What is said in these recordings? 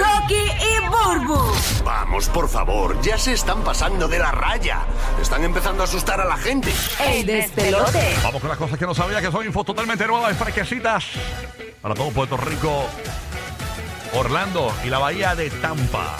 Rocky y Burbu, Vamos, por favor, ya se están pasando de la raya. Están empezando a asustar a la gente. el despelote. Vamos con las cosas que no sabía, que son infos totalmente nuevas, fresquecitas. Para todo Puerto Rico, Orlando y la bahía de Tampa.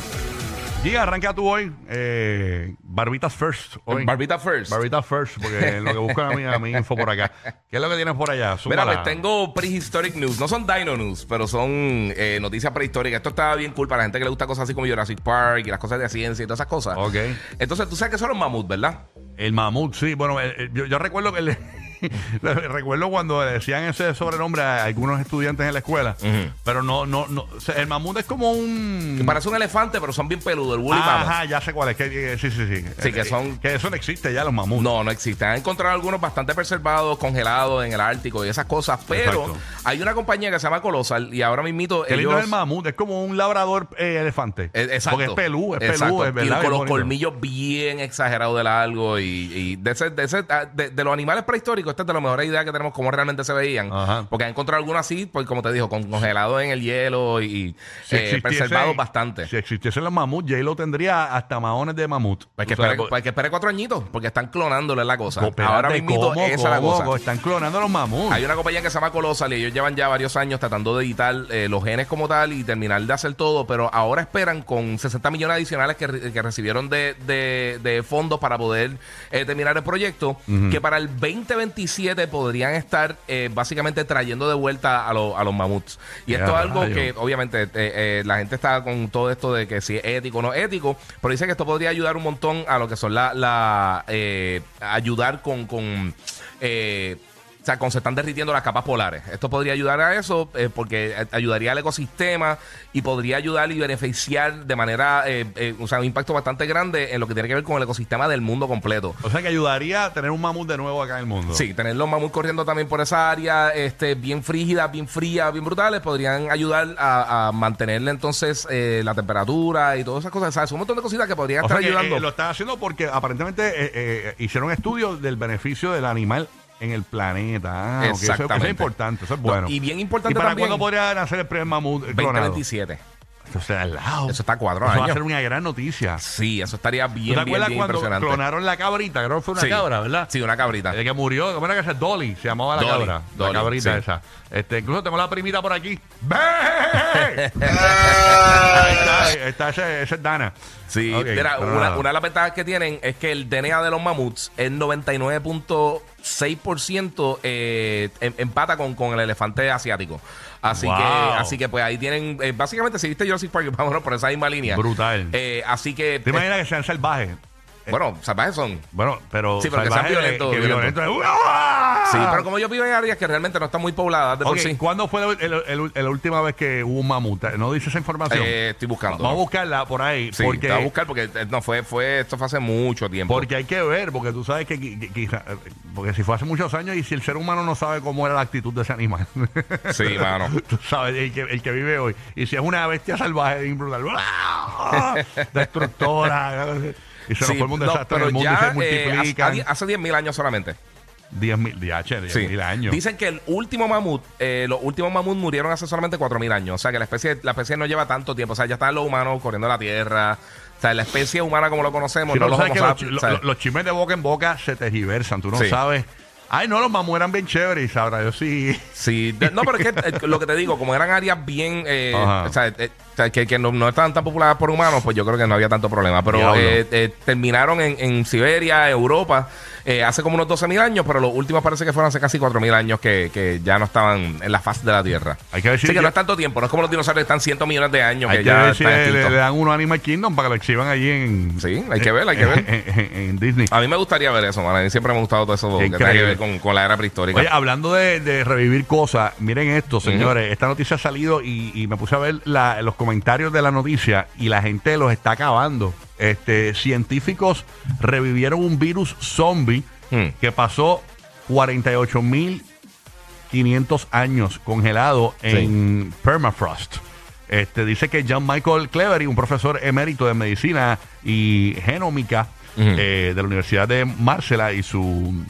Giga, arranca tú hoy. Eh, Barbitas First. Hoy. Barbita first. Barbitas First, porque lo que buscan a mí, a mí info por acá. ¿Qué es lo que tienes por allá? Mira, Súmala. pues tengo prehistoric news. No son dino news, pero son eh, noticias prehistóricas. Esto está bien cool para la gente que le gusta cosas así como Jurassic Park y las cosas de la ciencia y todas esas cosas. Ok. Entonces, tú sabes que son los mamuts, ¿verdad? El mamut, sí. Bueno, el- el- yo, yo recuerdo que le- le- recuerdo cuando le decían ese sobrenombre a algunos estudiantes en la escuela. Pero no, no, no. o sea, el mamut es como un. Que Parece un elefante, pero son bien peludos, el woolly mammoth. Ajá, ya sé cuál es. Que, que- sí, sí, sí. Sí, que Eh, son- Que eso no existe ya, los mamuts. No, no existen. Han encontrado algunos bastante preservados, congelados en el Ártico y esas cosas, pero Exacto. hay una compañía que se llama Colossal y ahora mismito Qué lindo ellos... es el mamut. Es como un labrador eh, elefante. Eh, Exacto. Porque es pelú, es Exacto. pelú, es verdad. Y con es los bonito. colmillos bien exagerados de largo. Y, y de, ese- de, ese- ah, de- de los animales prehistóricos, esta es de la mejor idea que tenemos cómo realmente se veían. Ajá. Porque han encontrado algunos así, pues como te dijo, con, congelados en el hielo y Si eh, existiese- preservados bastante. Si existiesen los mamuts, Jay lo tendría hasta maones de mamut. Pues que, Tú sabes, espere, co- pues que espere cuatro añitos, porque están clonándole la cosa. co- espérate, Ahora mismo ¿cómo, esa es la cómo, cosa. cómo? Están clonando los mamuts. Hay una compañía que se llama Colossal y ellos llevan ya varios años tratando de editar eh, los genes como tal y terminar de hacer todo, pero ahora esperan con 60 millones adicionales que, re- que recibieron de, de- de fondos para poder eh, terminar el proyecto, que para el 2027 podrían estar eh, básicamente trayendo de vuelta a, lo- a los mamuts. Y Ya, esto es algo rayos. que obviamente eh, eh, la gente está con todo esto de que si es ético o no ético, pero dice que esto podría ayudar un montón a lo que son la, la, eh, ayudar con, con eh, o sea, con se están derritiendo las capas polares. Esto podría ayudar a eso eh, porque eh, ayudaría al ecosistema y podría ayudar y beneficiar de manera, eh, eh, o sea, un impacto bastante grande en lo que tiene que ver con el ecosistema del mundo completo. O sea que ayudaría a tener un mamut de nuevo acá en el mundo. Sí, tener los mamuts corriendo también por esa área, este, bien frígidas, bien frías, bien brutales, podrían ayudar a, a mantenerle entonces eh, la temperatura y todas esas cosas. ¿sabes? Un montón de cositas que podrían O sea estar que, eh, ayudando. lo están haciendo porque aparentemente eh, eh, hicieron estudios del beneficio del animal en el planeta. Ah, ok, eso- Eso, Exactamente. es importante, eso es bueno. No, y bien importante ¿Y para también- cuándo podría nacer el primer mamut eh, clonado? 2027. Eso está al lado. Eso está a cuatro Eso va a años. ser una gran noticia. Sí, eso estaría ¿Tú bien, te bien, bien acuerdas cuando impresionante. clonaron la cabrita? Creo que fue una Sí. cabra, ¿verdad? Sí, una cabrita. El que murió, ¿cómo era que se Dolly? Se llamaba la Dolly, cabra. Dolly, la cabrita sí. esa. Este, incluso tengo la primita por aquí. ¡Ve! Ahí está, ahí está ese, ese es Dana. Sí, Ok, mira, pero una, nada. una de las ventajas que tienen es que el DNA de los mamuts es 99.6% eh, em- empata con, con el elefante asiático. Así Wow. que así que pues ahí tienen, eh, básicamente si viste Jurassic Park, vámonos por esa misma línea. Brutal. Eh, así que, ¿Te imaginas que sean salvajes? eh, bueno, salvajes son. Bueno, pero. Sí, pero que salvaje, sean violentos, que violentos. violentos. ¡Uah! Sí, pero como yo vivo en áreas que realmente no están muy pobladas de Ah. Ok, por sí, ¿Cuándo fue el- el- el- la última vez que hubo un mamut? ¿No dice esa información? eh, estoy buscando. Vamos a buscarla por ahí. Sí, porque te voy a buscar porque eh, no fue, fue, esto fue hace mucho tiempo. Porque hay que ver, porque tú sabes que, qui- qui- quizá- porque si fue hace muchos años y si el ser humano no sabe cómo era la actitud de ese animal. Sí, mano. Tú sabes, el que, el que vive hoy. Y si es una bestia salvaje, bien brutal, ¡ah! destructora. Y se nos Sí, forma un no, desastre en pero el mundo ya, y se eh, multiplican. hace- hace 10.000 años solamente. 10.000 DH, 10.000 Sí. años. Dicen que el último mamut, eh, los últimos mamuts murieron hace solamente 4.000 años. O sea, que la especie, la especie no lleva tanto tiempo. O sea, ya están los humanos corriendo a la tierra. O sea, la especie humana como lo conocemos, Si no no, los sabes homo que los, sapiens, chi- ¿sabes? lo- los chismes de boca en boca se tergiversan, tú no Sí. sabes. Ay, no, los mamuts eran bien chéveres, y sabrá yo sí. Sí, de- no, pero es que eh, lo que te digo, como eran áreas bien, eh, Ajá. o sea, eh, o sea, que, que no, no estaban tan populadas por humanos, pues yo creo que no había tanto problema. Pero Diablo. eh, eh, terminaron en, en Siberia, Europa, eh, hace como unos 12.000 años, pero los últimos parece que fueron hace casi 4.000 años que, que ya no estaban en la faz de la Tierra. Hay que decir Así que que- no es tanto tiempo, no es como los dinosaurios que están cientos millones de años Hay que que ya ver si están le, le- extintos. le dan uno a Animal Kingdom para que lo exhiban allí en. Sí, hay que ver, hay que en- ver. En, en- en Disney. A mí me gustaría ver eso, man. A mí siempre me ha gustado todo eso que tiene que Increíble. ver con, con la era prehistórica. Oye, hablando de, de revivir cosas, miren esto, señores. Esta noticia ha salido y, y me puse a ver la- los comentarios de la noticia y la gente los está acabando. Este, científicos revivieron un virus zombie Mm. que pasó 48.500 años congelado en permafrost. Este, dice que John Michael Clevery, un profesor emérito de medicina y genómica eh, de la Universidad de Marsella y su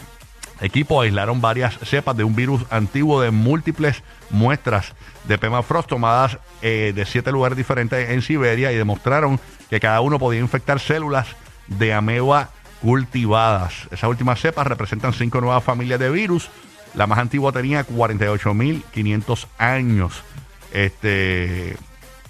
equipo aislaron varias cepas de un virus antiguo de múltiples muestras de permafrost tomadas eh, de siete lugares diferentes en Siberia y demostraron que cada uno podía infectar células de ameba cultivadas. Esas últimas cepas representan cinco nuevas familias de virus. La más antigua tenía 48.500 años. Este,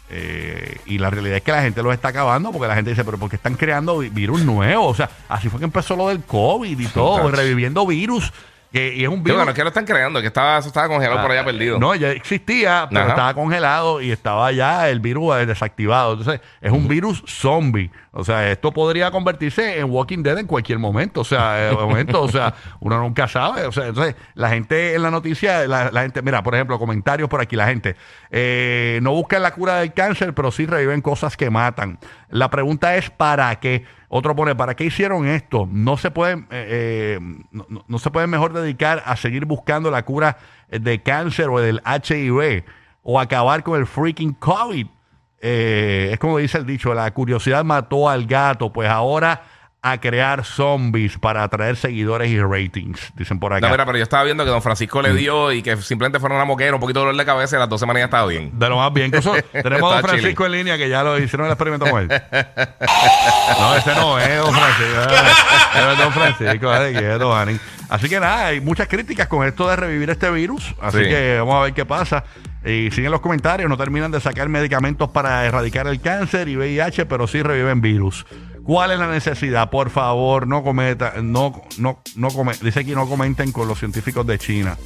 eh, y la realidad es que la gente los está acabando porque la gente dice, pero ¿por qué están creando vi- virus nuevos? O sea, así fue que empezó lo del COVID y todo, Muchachos. reviviendo virus. Que, y es un Sí, virus. bueno, es que lo están creando, es que estaba, eso estaba congelado por allá perdido. Ah, No, ya existía, pero Ajá. estaba congelado y estaba ya el virus eh, desactivado. Entonces, es un virus zombie. O sea, esto podría convertirse en Walking Dead en cualquier momento. O sea, en momento, o sea, uno nunca sabe. O sea, entonces, la gente en la noticia, la, la gente, mira, por ejemplo, comentarios por aquí, la gente. eh, no buscan la cura del cáncer, pero sí reviven cosas que matan. La pregunta es ¿para qué? Otro pone, ¿para qué hicieron esto? No se pueden, eh, eh, no, no- no se pueden mejor dedicar a seguir buscando la cura eh, de cáncer o del HIV o acabar con el freaking COVID. Eh, es como dice el dicho, la curiosidad mató al gato, pues ahora a crear zombies para atraer seguidores y ratings, dicen por acá. Mm. No, mira, pero yo estaba viendo que don Francisco le dio y que simplemente fueron a una moquera, un poquito de dolor de cabeza y a las dos semanas ya estaba bien. De lo más bien. Incluso tenemos a Está don Francisco en línea que ya lo hicieron el experimento con él. No, ese no es don Francisco. Ese es don Francisco, dale quieto, Ani. Así que nada, hay muchas críticas con esto de revivir este virus. Así Sí. que vamos a ver qué pasa. Y siguen los comentarios, no terminan de sacar medicamentos para erradicar el cáncer y VIH, pero sí reviven virus. ¿Cuál es la necesidad? Por favor, no cometa, no, no, no come- dice aquí no comenten con los científicos de China.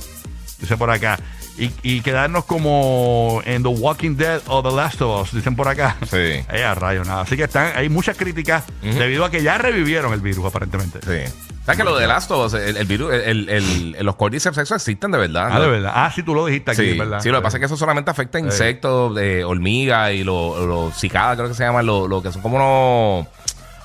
Dice por acá. Y, y quedarnos como en The Walking Dead o The Last of Us, dicen por acá. Sí. Ay, a rayos, nada. Así que están, hay muchas críticas debido a que ya revivieron el virus, aparentemente. Sí. ¿Sabes que lo de Last of Us, el, el virus, el, el- el- los cordyceps eso existen de verdad? Ah, ¿no? de verdad. Ah, sí, tú lo dijiste aquí, Sí, ¿verdad? sí, lo que pasa es que eso solamente afecta a insectos, eh, hormigas y los los cicadas, creo que se llaman, los lo que son como unos.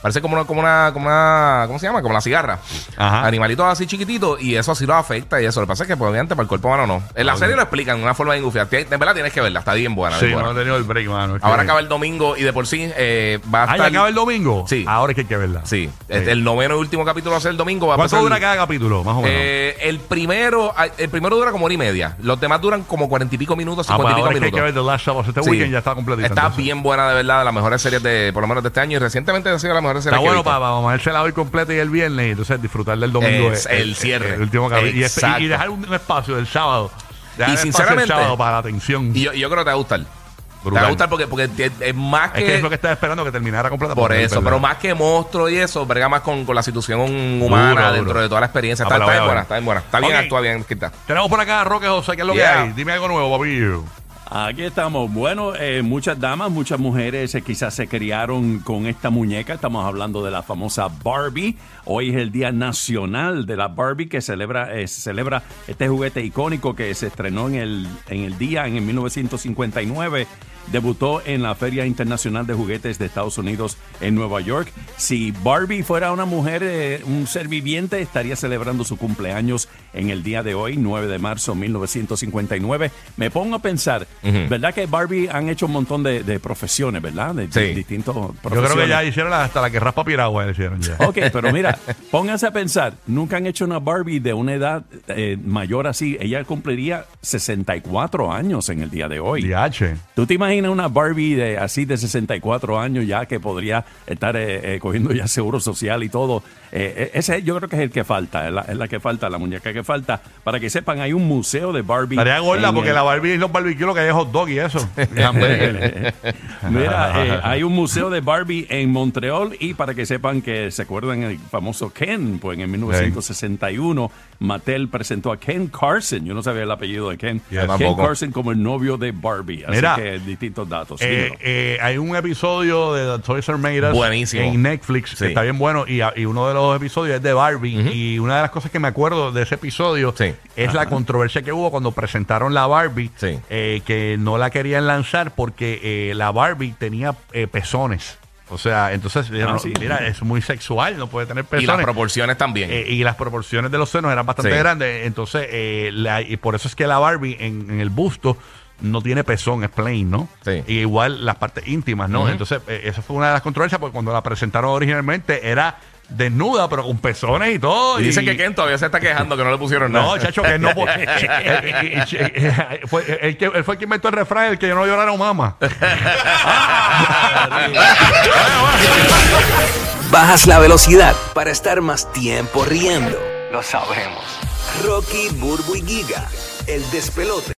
Parece como una, como una, como una, ¿cómo se llama? Como la cigarra. Ajá. Animalitos así chiquititos y eso así los afecta y eso. Lo que pasa es que pues, obviamente para el cuerpo humano no. En la serie lo explican de una forma bien gufiada. Tien- De verdad tienes que verla, está bien buena. Sí, bien no buena. he tenido el break, mano. Es que- Ahora acaba el domingo y de por sí eh, va a Ah, estar... ¿ya acaba el domingo? Sí. Ahora es que hay que verla. Sí, este, el noveno y último capítulo va a ser el domingo. Va a ¿Cuánto empezar- dura cada capítulo, más o menos? Eh, el primero ah, el primero dura como hora y media. Los demás duran como cuarenta y pico minutos, ah, pues cincuenta y ahora pico es que hay que minutos. ver The Last of Us. Este Sí. weekend ya está completito. Está entonces. bien buena, de verdad, de las mejores series de, por lo menos de este año. Y recientemente ha sido la mejor serie Está que he bueno visto. para mamársela hoy completa y el viernes y entonces disfrutar del domingo. Es el cierre. El, último capítulo. Y, este- Exacto. y dejar un espacio del sábado. Dejar Y espacio sinceramente- El sábado para la atención. Y yo, yo creo que te va a gustar. Te va a Brutal. gustar porque, porque es- es más es que es lo que estaba esperando que terminara completa. Por ¿verdad? eso, pero más que monstruo y eso, verga más con, con la situación humana Duro, dentro duro. de toda la experiencia. Ah, Está, pues la está voy a bien ver. buena, está bien buena. Está bien, Ok. actúa bien, escrita. Tenemos por acá a Roque José, ¿qué es lo Yeah. que hay? Dime algo nuevo, papi. Aquí estamos. Bueno, eh, muchas damas, muchas mujeres eh, quizás se criaron con esta muñeca. Estamos hablando de la famosa Barbie. Hoy es el Día Nacional de la Barbie que celebra, eh, se celebra este juguete icónico que se estrenó en el, en el día, en el 1959. Debutó en la Feria Internacional de Juguetes de Estados Unidos en Nueva York. Si Barbie fuera una mujer, eh, un ser viviente, estaría celebrando su cumpleaños en el día de hoy, 9 de marzo de 1959. Me pongo a pensar, ¿verdad que Barbie han hecho un montón de, de profesiones, ¿verdad? De, de Sí. distintos Yo profesiones. creo que ya hicieron la- hasta la que raspa piragua, hicieron ya. Oh, Ok, pero mira, pónganse a pensar, nunca han hecho una Barbie de una edad eh, mayor así. Ella cumpliría 64 años en el día de hoy. DH. ¿Tú te imaginas una Barbie de así de 64 años ya que podría estar eh, eh, cogiendo ya seguro social y todo? eh, ese yo creo que es el que falta, es la, es la que falta, la muñeca que falta. Para que sepan, hay un museo de Barbie. Estaría gorda en porque eh. el- la Barbie y los barbecues lo que hay es hot dog y eso. Mira, eh, hay un museo de Barbie en Montreal y para que sepan que se acuerdan el famoso Ken, pues en 1961 Mattel presentó a Ken Carson, yo no sabía el apellido de Ken, Yo Ken tampoco. Carson como el novio de Barbie, así Mira, que distintos datos. Eh, Dímelo. eh, hay un episodio de The Toys R Made Us Buenísimo. en Netflix Sí. que está bien bueno y, a- y uno de los episodios es de Barbie y una de las cosas que me acuerdo de ese episodio Sí. es la controversia que hubo cuando presentaron la Barbie Sí. eh, que no la querían lanzar porque eh, la Barbie tenía eh, pezones. O sea, entonces, dijeron, sí. mira, es muy sexual, no puede tener Ah, Y las pezones. proporciones también. Eh, y las proporciones de los senos eran bastante Sí. grandes. Entonces, eh, la- y por eso es que la Barbie en, en el busto no tiene pezón, es plain, ¿no? Sí. Y igual las partes íntimas, ¿no? Entonces, eh, esa fue una de las controversias, porque cuando la presentaron originalmente era desnuda, pero con pezones y todo. y dicen que Ken todavía se está quejando que no le pusieron No, nada. chacho, que no. pues, eh, po- eh, fue, el que, él fue el que inventó el refrán, el que yo no llorara a mamá. Bajas la velocidad para estar más tiempo riendo. Lo sabemos. Rocky, Burbu y Giga, el despelote.